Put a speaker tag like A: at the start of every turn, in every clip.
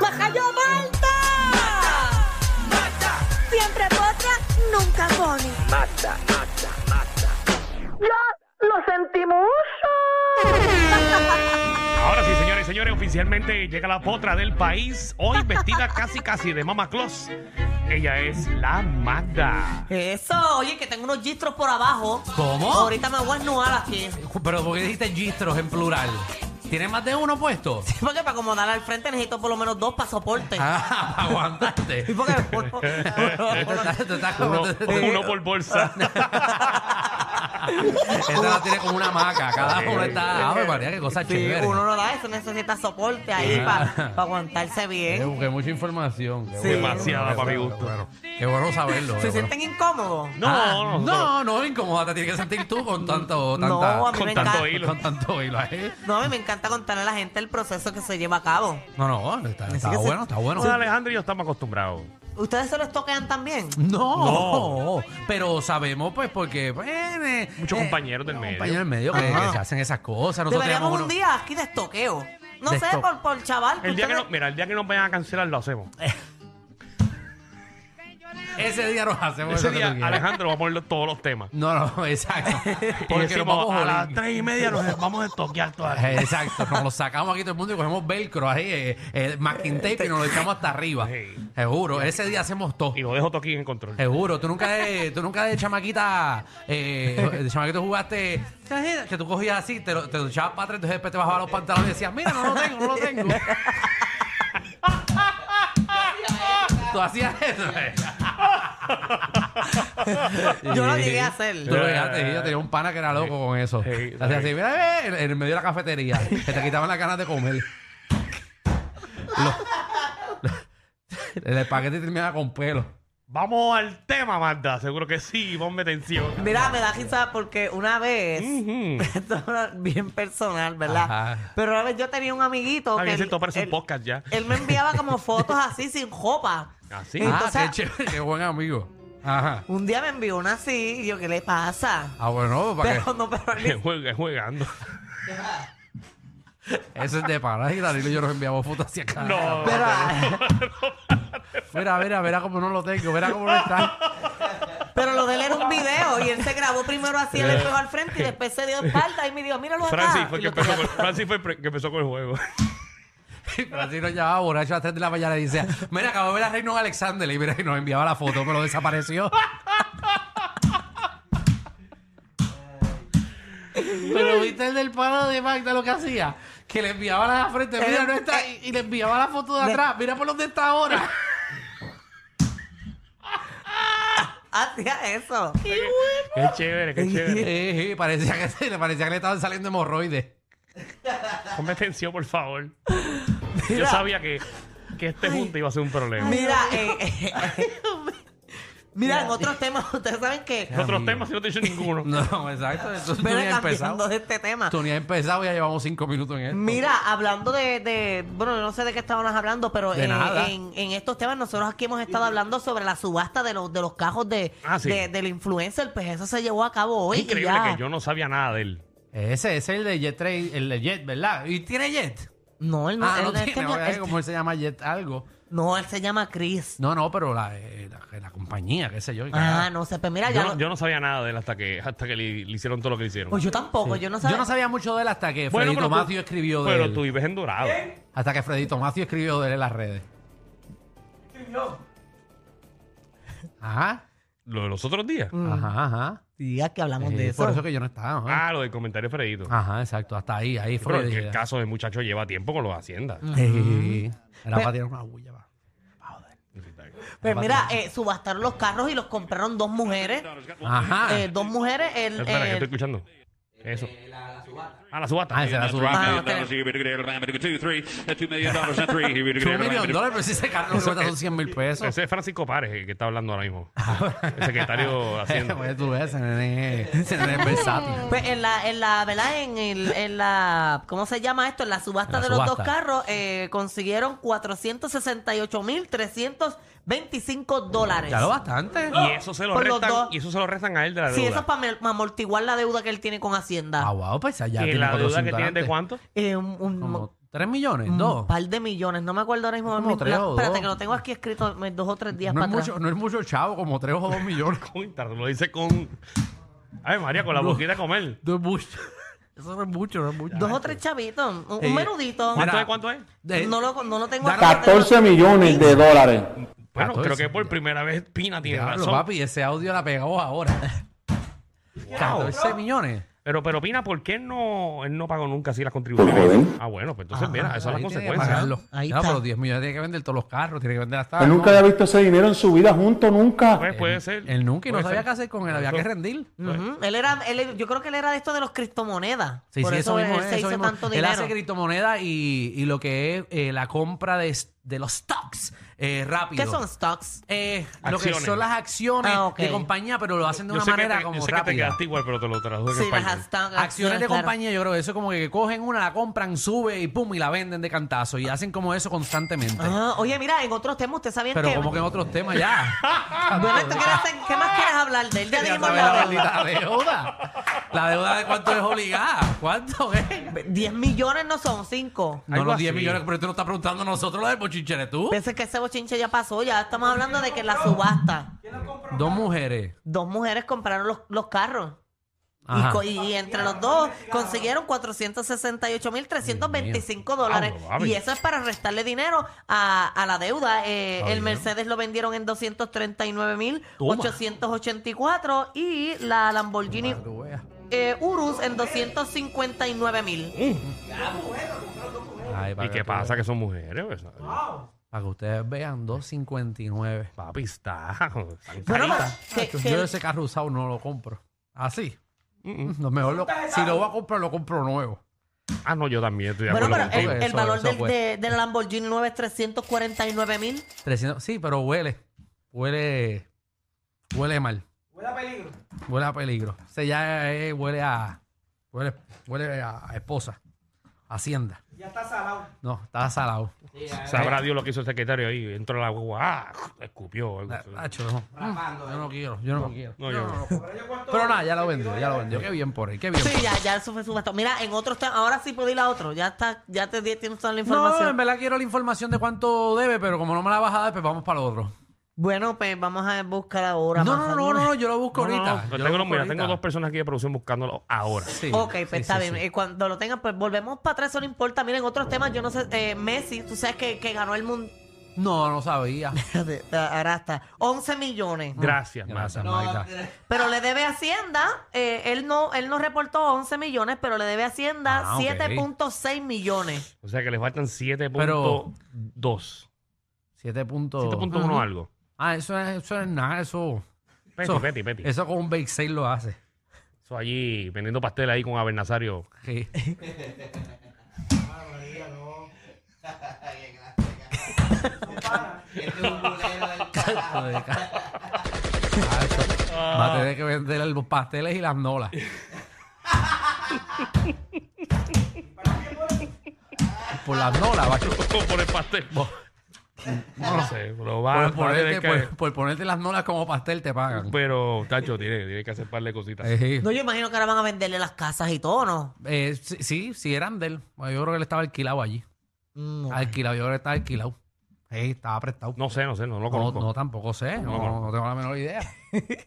A: ¡Majayo Malta! Siempre potra, nunca pone.
B: Lo sentimos.
C: Ahora sí, señores y señores, oficialmente llega la potra del país. Hoy vestida casi casi de Mama Claus. Ella es la Magda.
A: Eso, oye, que tengo unos gistros por abajo.
D: ¿Cómo?
A: Ahorita me voy a esnudar aquí.
D: Pero ¿por qué dijiste gistros en plural? ¿Tienes más de uno puesto?
A: Porque para acomodar al frente necesito por lo menos dos para soporte.
D: Ah, aguantaste.
A: Sí, porque por- por- por-
D: Tú estás como-
C: Uno, uno por bolsa.
D: Ah, Esa la tiene como una maca. Cada uno está. Ah, me María, qué cosa
A: Sí,
D: chévere.
A: uno no da eso, necesita soporte
D: Ah.
A: ahí para aguantarse bien.
D: Eh, Qué mucha información. qué
A: Sí.
C: Demasiada para mi gusto.
D: bueno. Qué bueno saberlo. qué
A: ¿Se
D: bueno.
A: sienten incómodos?
C: No,
D: Ah,
C: no,
D: no,
C: no.
D: no, incómoda. Te tienes que sentir tú con tanto.
A: No,
D: tanta,
A: a mí
C: con
A: me
C: tanto
A: encanta.
C: hilo.
D: con tanto hilo. ¿eh?
A: No, a mí me encanta contarle a la gente el proceso que se lleva a cabo.
D: No, no, está,
A: Así
D: está
A: que se-
D: bueno, está bueno.
C: No, Alejandro y yo estamos acostumbrados.
A: ¿Ustedes se los toquean también?
D: No, pero sabemos pues porque pues, eh,
C: Muchos
D: eh,
C: compañeros del medio. Ah,
D: compañeros del medio que,
A: Ajá.
D: que se hacen esas cosas. Nosotros
A: Deberíamos
D: tenemos
A: un
D: uno-
A: día aquí de estoqueo. No
D: De
A: sé,
D: esto-
A: por, por chaval. que
C: El día que
A: ustedes-
C: no- mira, el día que nos vayan a cancelar lo hacemos.
D: Eh, Ese día nos hacemos
C: Ese
D: eso que
C: día
D: tú quieras.
C: Alejandro va a poner todos los temas.
D: No, no, exacto.
C: Y
D: Porque nos
C: decimos,
D: vamos Eh.
C: a las
D: jodiendo.
C: tres y media nos vamos a estoquear todas.
D: Exacto, nos lo sacamos aquí todo el mundo y cogemos velcro ahí, eh, eh, masking tape y nos lo echamos hasta arriba.
C: Sí.
D: Seguro, ese día hacemos todo.
C: Y lo dejo todo aquí en control.
D: Seguro, tú nunca de, tú nunca de chamaquita, eh, de chamaquito jugaste, que tú cogías así, te lo, te lo echabas para atrás, entonces después te bajabas los pantalones y decías, mira, no lo tengo, no lo tengo. tú hacías eso. eh.
A: Yo lo llegué a hacer.
D: Tú lo llegaste, sí, yo tenía un pana que era loco con eso.
C: Sí, sí.
D: Hacía así, mira, eh, en, en el medio de la cafetería, que te quitaban las ganas de comer. Lo- el paquete terminaba con pelo.
C: Vamos al tema, Magda. Seguro que sí. Ponme atención.
A: Mira, me da risa porque una vez,
C: Ujú.
A: esto es una- bien personal, ¿verdad?
D: Ajá.
A: Pero una vez yo tenía un amiguito
C: Está
A: que
C: bien,
A: él,
C: esto parece un
A: él-
C: podcast ya.
A: él me enviaba como fotos así sin ropa.
C: Así.
A: Ah.
D: Ah,
A: Entonces-
D: qué chévere, qué buen amigo. Ajá.
A: Un día me envió una así y yo, ¿qué le pasa?
D: Ah, bueno, para
A: Pero no, pero él
C: Juega, jugando.
D: que... eso es de parar y Danilo y yo nos enviamos fotos hacia acá.
C: No.
A: Pero,
D: Mira, mira, mira cómo no lo tengo, mira cómo no está.
A: pero lo de él era un video y él se grabó primero así, él espejo al frente y después se dio espalda y me dijo, míralo acá.
C: Francis fue, el
A: Y lo
C: que empezó
A: tenía-
C: con, Francis fue el pre- que empezó con el juego.
D: Pero así nos llamaba borracho a las 3 de la mañana y decía, mira, acabo de ver a Reino Alexander y mira, y nos enviaba la foto, pero desapareció. Pero viste el del palo de Magda lo que hacía, que le enviaba la frente, mira, no está, y, y le enviaba la foto de atrás, mira por dónde está ahora.
A: Hacía Ah, eso.
C: qué chévere, qué chévere.
D: Sí, sí, parecía que, se- le parecía que le estaban saliendo hemorroides.
C: Ponme atención, por favor. Yo sabía que, que este junte iba a ser un problema.
A: Mira, eh, eh, eh, mira, en otros temas, ustedes saben que...
C: Los otros
D: amigo.
C: temas, si no te he dicho ninguno.
D: No, exacto, eso tú
A: Pero
D: ni has empezado.
A: cambiando de este tema.
D: Tú ni has empezado, ya llevamos cinco minutos en esto.
A: Mira, hablando de, de- bueno, no sé de qué estábamos hablando, pero
D: De
A: en,
D: nada.
A: en- en estos temas nosotros aquí hemos estado hablando sobre la subasta de los de los cajos de,
C: Ah, sí.
A: de- del influencer, pues eso se llevó a cabo hoy.
C: Es
A: y
C: increíble
A: ya.
C: que yo no sabía nada de él.
D: Ese ese es el de Jet Train, el de Jet, ¿verdad? ¿Y tiene Jet?
A: No, él no,
D: ah,
A: él,
D: no
A: él- es
D: tiene,
A: que no-
D: porque
A: él-
D: como él se llama Jet algo.
A: no, él se llama Chris.
D: No, no, pero la, eh, la, la compañía, qué sé yo.
A: Ah, no sé, pues mira, ya
C: Yo, no-
A: lo-
C: yo no sabía nada de él hasta que, hasta que le, le hicieron todo lo que le hicieron.
A: pues yo tampoco, yo no sabía.
D: Yo no sabía mucho de él hasta que
C: Bueno,
D: Freddy
C: pero tú-
D: Tomacio escribió de
C: Pero
D: él.
C: tú vives en Dorado.
D: Hasta que Freddy Tomacio escribió de él en las redes. Ajá,
C: Lo de los otros días.
D: ajá, ajá.
A: Día que hablamos
D: Eh,
A: de eso.
D: Por eso que yo no estaba. ajá.
C: Ah, lo del comentario Fredito.
D: Ajá, exacto. Hasta ahí, ahí
C: Pero
D: fue.
C: el, el caso del muchacho lleva tiempo con los haciendas.
D: Eh, Era para tirar una bulla. va.
A: Pues mira, eh, subastaron los carros y los compraron dos mujeres.
D: Ajá.
A: Eh, dos mujeres, el,
C: Espera, que
A: el-
C: estoy escuchando. Eso. A la subata.
D: Ah, esa era su
C: Ah,
D: vaca.
A: Ah, okay.
E: $2 million and three.
D: Un millón de dólares, pero si se cargó, son 100 mil pesos.
C: Ese es Francisco Párez el que está hablando ahora mismo. El secretario de Hacienda.
D: Pues tú ves, ese nene ese nene es versátil.
A: Pues en la, en la, ¿verdad? En, el- en la, ¿cómo se llama esto? En la subasta
D: En la
A: de los
D: subasta.
A: dos carros eh, consiguieron 468.325 dólares.
D: Ya lo bastante.
A: Ah.
C: Y eso se lo
A: Por los
C: restan,
A: dos.
C: y eso se lo restan a él de la
A: Sí, eso es
C: deuda.
A: para am- amortiguar la deuda que él tiene con Hacienda.
D: Ah, wow, pues allá
C: ¿Y
D: tiene
C: la deuda que
D: 400
C: tienen de
D: antes.
C: cuánto?
A: Eh, un, un-
D: Como 3 millones,
A: un
D: 2.
A: par de millones, no me acuerdo ahora mismo.
D: Como
A: Mi-
D: tres
A: la-
D: o
A: espérate,
D: dos.
A: que lo tengo aquí escrito eh, dos o tres días
D: No es,
A: para
D: mucho,
A: atrás.
D: no es mucho chavo, como 3 o 2 millones.
C: Contra, lo dice con. Ay, María, con la boquita a comer.
D: No es mucho. Eso no es mucho, no es mucho.
A: Dos o tres chavitos, un, un
D: Eh,
A: menudito.
D: mira, Ah, eh,
C: ¿Cuánto es? ¿Cuánto es?
D: De-
A: no, lo, no lo tengo
D: Da-
A: aquí, lo tengo-
F: 14 millones de dólares.
C: Bueno, creo
D: 14,
C: que por primera vez Pina tiene
D: Diablo,
C: razón.
D: papi, ese audio la pegamos ahora. 14 millones.
C: Pero, pero Pina, ¿por qué él no, él no pagó nunca así las contribuciones?
F: Por joven.
C: Ah, bueno, pues entonces,
A: Ah,
C: mira, esas son las
D: Ahí tiene que
C: consecuencias.
D: pagarlo.
A: Ahí
D: no,
A: está.
D: pero 10 millones tiene que vender todos los carros, tiene que vender hasta.
F: Él nunca había visto ese dinero en su vida junto, nunca.
C: Pues puede ser.
D: Él nunca y no
C: Puede
D: sabía
C: ser.
D: qué hacer con él, había que rendir.
A: Ujú, Él era, él- yo creo que él era de esto de los criptomonedas.
D: Sí,
A: Por
D: sí,
A: eso,
D: eso, mismo
A: él
D: es,
A: se
D: eso
A: hizo
D: mismo.
A: tanto
D: Él
A: dinero.
D: hace criptomonedas y, y lo que es eh, la compra de, de los stocks eh, rápido.
A: ¿Qué son stocks?
D: Eh, lo que
C: Acciones.
D: son las acciones
A: Ah, ok.
D: de compañía, pero lo hacen de
C: Yo
D: una
C: sé que
D: manera
C: te-
D: como
C: yo sé que te
D: rápida.
C: quedaste igual, pero te lo traduje en
A: Sí, las
C: español.
A: stocks,
D: Acciones de
A: claro.
D: compañía, yo creo que eso es como que cogen una, la compran, sube y pum, y la venden de cantazo. Y hacen como eso constantemente.
A: Ah, oye, mira, en otros temas, ¿ustedes sabían
D: Pero
A: que...
D: como que en otros temas ya.
A: Bueno, ¿tú quieres hacer- ¿Qué más quieres hablar de él? Ya
D: Ya
A: dijimos
D: sabes la
A: la deuda.
D: maldita deuda. La deuda de cuánto es obligada. ¿Cuánto es?
A: 10 millones no son, 5.
D: No,
C: Algo
D: los 10
C: así.
D: millones, pero tú no estás preguntando a nosotros lo del bochinchero, tú.
A: Pensé que ese bochinche ya pasó, ya estamos hablando de que la subasta.
D: Dos mujeres.
A: Dos mujeres compraron los, los carros. Y
D: Ajá.
A: co- Y, entre los dos consiguieron 468.325 dólares.
C: Diablo, papi.
A: Y eso es para restarle dinero a, a la deuda. Eh, el Mercedes lo vendieron en 239.884 y la Lamborghini eh, Urus en 259.000.
D: Ay, para
C: ¿Y qué
D: que tú
C: pasa?
D: veas.
C: Que son mujeres. pues.
D: Para que ustedes vean, 2.59.
C: Papi, está. están
A: Bueno,
C: caritas.
A: que-
D: Yo
A: que-
D: ese carro usado no lo compro. Así. Lo mejor lo- si lo voy a comprar, lo compro nuevo.
C: Ah, no, yo también estoy de
A: bueno,
C: acuerdo
A: pero
C: contigo.
A: el, el
D: Eso,
A: valor
D: eso
A: del,
D: fue.
A: de, de la Lamborghini nueva es 349.000.
D: 300 sí, pero huele. Huele. Huele mal. Huele a peligro. Huele a peligro. O sea, ya eh, huele a. Huele, huele a a esposa. Hacienda. Ya está salado. No, está salado.
A: eh,
C: Sabrá Dios lo que hizo el secretario ahí. Entró la guagua. Ah, escupió. algo
D: Na-
C: así.
A: Ah,
D: Nacho, Ah, no. Yo no quiero, yo no lo quiero.
C: No, yo no.
D: eh. Pero nada, ya lo vendió, ya lo vendió. Qué bien por él, qué bien.
A: Sí,
D: por él.
A: ya, ya eso fue subasta. Mira, en otros temas, ahora sí puedo ir a otro. Ya está, ya te di- tienes toda la
D: No,
A: información.
D: en verdad quiero la información de cuánto debe, pero como no me la vas a dar, pues vamos para lo otro.
A: Bueno, pues vamos a buscar ahora.
D: No, no,
A: más
D: no, no,
A: alguna.
D: no, yo lo busco
C: No, no,
D: ahorita.
C: no,
D: Yo lo
C: tengo,
D: busco
C: mira,
D: ahorita.
C: tengo dos personas aquí de producción buscándolo ahora.
D: Sí,
A: Ok, pues
D: sí,
A: está
D: sí,
A: bien.
D: sí.
A: Eh, Cuando lo tengan, pues volvemos para atrás, eso no importa. Miren, otros temas, yo no sé, eh, Messi, tú sabes que, que ganó el mundo.
D: No, no sabía.
A: Ahora está, 11 millones.
C: Gracias, Massa.
D: Gracias, Magda.
A: Pero le debe a Hacienda, eh, él no él no reportó 11 millones, pero le debe a Hacienda
D: Ah, ok.
A: 7.6 millones.
C: O sea que le faltan 7.2.
D: Pero-
C: 7.1
D: 7 puntos.
C: algo.
D: Ah, eso es, eso es nada, eso.
C: Peti,
D: eso,
C: peti, peti.
D: Eso con un bake sale lo hace.
C: Eso allí vendiendo pastel ahí con Abel Nazario.
D: Sí. Canto de ca- Ah, eso. Va a tener que vender los pasteles y las nolas. Por las nolas, va
C: por el pastel.
A: Ah.
C: No sé, pero Ah, va,
A: Pues
D: por,
C: va
A: este,
D: ponerte,
C: a tener que- Pues,
D: por- por ponerte las nolas como pastel te pagan.
C: Pero, Tacho, tiene, tiene que hacer un par de cositas.
D: Eh, sí.
A: No, yo imagino que ahora van a venderle las casas y todo, ¿no?
D: Eh, sí, sí, sí, eran de él. Bueno, Yo creo que él estaba alquilado allí.
A: Mm,
D: Alquilado, yo creo que estaba alquilado. Sí, estaba prestado.
C: No sé, no sé, no lo
D: No,
C: conozco.
D: no, tampoco sé. No,
C: conozco.
D: no tengo la menor idea.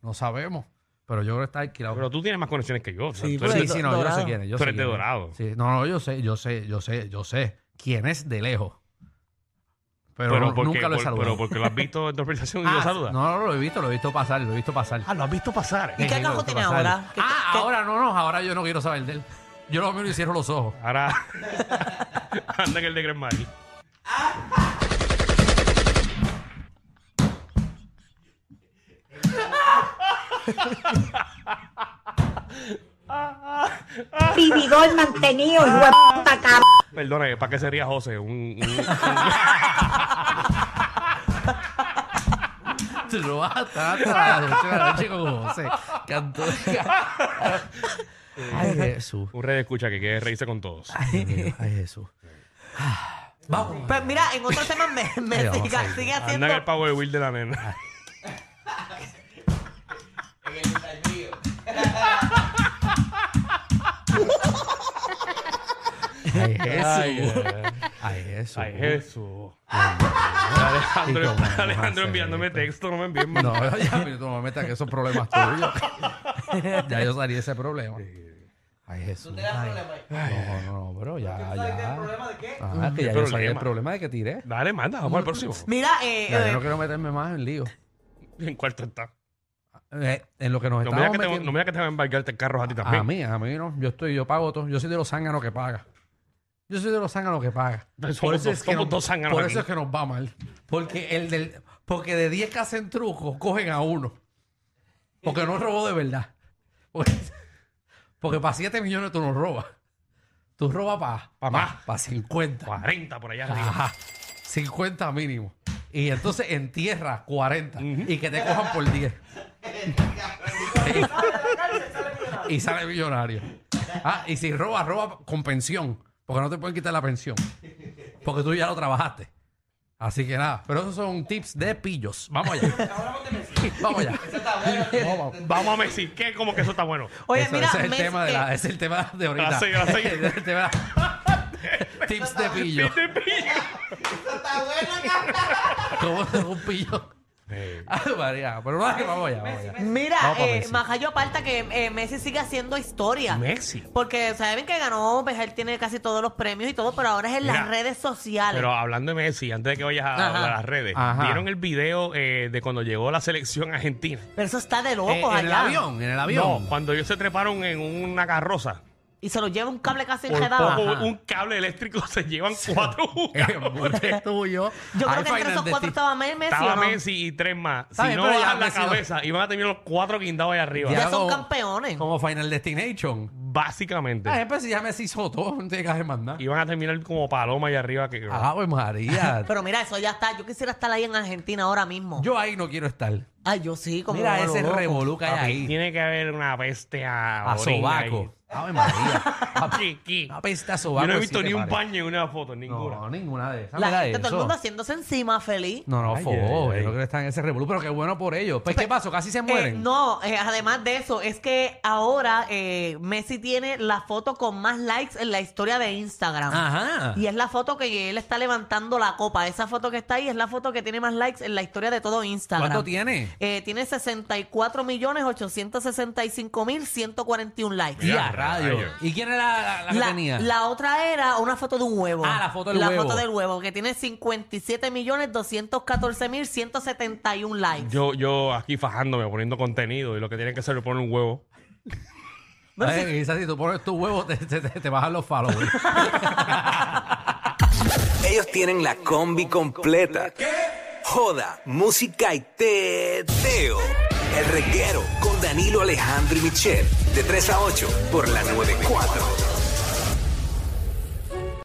D: no sabemos. Pero yo creo que está alquilado.
C: Pero tú tienes más conexiones que yo. o sea,
A: Sí,
C: tú
A: pero
C: eres-
D: sí, sí, no, yo
A: Dorado.
D: sé quién es. Yo
C: Tú
D: sé
C: eres de
D: quién es.
C: Dorado.
D: Sí, no, no, yo sé, yo sé, yo sé, yo sé quién es de lejos. Pero, no-
C: porque,
D: nunca lo he
C: por-
D: saludado.
C: Pero porque lo has visto en tu presentación y
D: Ah,
C: lo saludas.
D: No, no, lo he visto, lo he visto pasar, lo he visto pasar.
C: Ah, lo has visto pasar.
A: ¿Y qué
D: Sí, lo he
A: cajón
D: visto
A: tiene
D: pasar.
A: ahora? ¿Qué-
D: Ah,
A: qué-
D: ahora no, no, ahora yo no quiero saber de él. Yo lo miro y cierro los ojos.
C: Ahora anda en el de Gran Mari.
G: Vividor mantenido, hijo de puta, cabrón.
C: Perdona, ¿para qué sería José? Un, un-
D: Tú lo vas a estar hasta las ocho de la noche con José. Cantó. Ay, Jesús.
C: un red escucha que quiere reírse con todos.
D: Dios mío, Ay, Jesús. Vamos.
A: Pues mira, en otros temas me, me
D: Mira,
A: siga-
D: vamos a
A: sigue
C: Anda en el
A: haciendo.
C: Power Wheel de la nena.
D: Ay, Jesús.
C: ay.
D: Ay, Jesús.
C: Ay, Jesús. Alejandro,
D: Chico, vamos a
C: Alejandro
D: hacer
C: enviándome
D: esto.
C: texto, no me envíen más.
D: No, ya, pero tú no me metas que esos problemas tuyos. ya yo salí de ese problema. Ay, Jesús. ay. No, no, no, pero ya, ya. problema de qué? Eh, Ah, que ya yo salí del
C: Mm, problema?
D: problema de que tiré.
C: Dale, manda, vamos al próximo.
A: Mira, eh,
D: Ya,
A: eh,
D: yo no quiero meterme más en lío.
C: ¿En cuarto está?
D: Eh, en lo que nos
C: No
D: estamos
C: me digas que, te-
D: metiendo. Ah,
C: no me digas que te va a embarcarte el carro a ti
D: a
C: también.
D: mí, a mí no. Yo estoy, yo pago todo. Yo soy de los zánganos que paga. Yo soy de los zánganos que paga.
C: Somos dos- somos dos zánganos
D: por
C: aquí.
D: eso es que nos va mal. Porque el del, porque de 10 que hacen trucos, cogen a uno. Porque no robó de verdad. Porque, porque para 7 millones tú no robas. Tú robas para
C: Pa' más.
D: para 50.
C: 40 por allá arriba.
D: Ajá. 50 mínimo. Y entonces en tierra 40. Y que te cojan por 10. y sale millonario. Ah, y si roba, roba con pensión. Porque no te pueden quitar la pensión. Porque tú ya lo trabajaste. Así que nada. Pero esos son tips de pillos. Vamos allá. Vamos allá. Vamos, vamos.
C: Vamos a Messi, que como que eso está bueno.
A: oye,
D: Eso-
A: mira,
D: ese es el
A: Messi, eh,
D: tema de la, es el tema de ahorita.
C: Ah, sí, ahora sí.
D: El tema- tips de pillo.
C: Te pillo.
D: ¿Cómo se un pillo? Ay, María, pero no es que vamos allá, vamos allá.
A: Mira,
D: Vamos para
A: eh,
D: Pues, Messi.
A: Majayo aparta que eh, Messi sigue haciendo historia.
C: Messi.
A: Porque saben que ganó, pues él tiene casi todos los premios y todo, pero ahora es en
C: Mira,
A: las redes sociales.
C: Pero hablando de Messi, antes de que vayas a,
D: Ajá.
C: hablar a las redes,
D: Ajá.
C: ¿vieron el video eh, de cuando llegó la selección argentina?
A: Pero eso está de locos
D: Eh, en el
A: allá.
D: avión, en el
C: No,
D: avión.
C: cuando ellos se treparon en una carroza,
A: Y se lo lleva un cable casi
C: por
A: enredado.
C: poco
D: Ajá.
C: un cable eléctrico se llevan cuatro
D: Eh,
C: jugadores.
D: Embuste tuyo.
A: Yo
D: Ay,
A: creo que entre esos
D: Fernández,
A: cuatro
D: sí.
A: estaba Me- Messi.
C: Estaba
A: ¿o no?
C: Messi y tres más.
D: Está
C: Si
D: bien,
C: no
D: pero ya
C: bajan la
D: Messi no-
C: cabeza, iban a tener los cuatro guindados ahí arriba.
A: Ya son
D: como-
A: campeones.
D: Como Final Destination.
C: Básicamente.
D: La gente si ya me se hizo todo, no tiene que hacer más nada.
C: Iban a terminar como paloma ahí arriba. Que,
D: Ave María.
A: Pero mira, eso ya está. Yo quisiera estar ahí en Argentina ahora mismo.
D: Yo ahí no quiero estar.
A: Ay, yo sí, como.
D: Mira ese
A: loco.
D: revolú que hay ahí.
C: Tiene que haber una peste a,
D: A
C: orina ahí.
D: sobaco. Ave María. A-
C: Aquí, aquí.
D: Una peste a
C: Yo
D: sobaco.
C: no he
D: de
C: visto
D: siete
C: ni un
D: pares.
C: baño en una foto, ninguna.
D: No, ninguna de esas.
A: La
D: Mira
A: gente, todo
D: eso.
A: el mundo haciéndose encima feliz.
D: No, no,
C: Ay,
D: fo,
C: ay,
D: yo
C: ay.
D: creo que están en ese revolú, pero qué bueno por ellos. Pues, ¿qué pasó? ¿Casi se
A: Eh,
D: mueren?
A: no, eh, además de eso, es que ahora eh, Messi tiene la foto con más likes en la historia de Instagram.
D: Ajá.
A: Y es la foto que él está levantando la copa. Esa foto que está ahí es la foto que tiene más likes en la historia de todo Instagram.
D: ¿Cuánto tiene?
A: Eh, tiene 64 millones 865 mil 141 likes.
C: Mira,
D: Ya, radio.
C: rayos.
D: ¿Y quién era la, la que tenía?
A: la otra era una foto de un huevo.
D: Ah, la foto del
A: la
D: huevo.
A: foto del huevo, que tiene 57 millones 214 mil 171 likes.
C: Yo, yo aquí fajándome, poniendo contenido y lo que tienen que hacer es poner un huevo.
D: Ay, quizás si tú pones tu huevo, te, te- te- te bajan los followers.
H: Ellos tienen la combi completa. Joda, música y teo. El reguero con Danilo Alejandro y Michel. De 3 a 8 por la 94.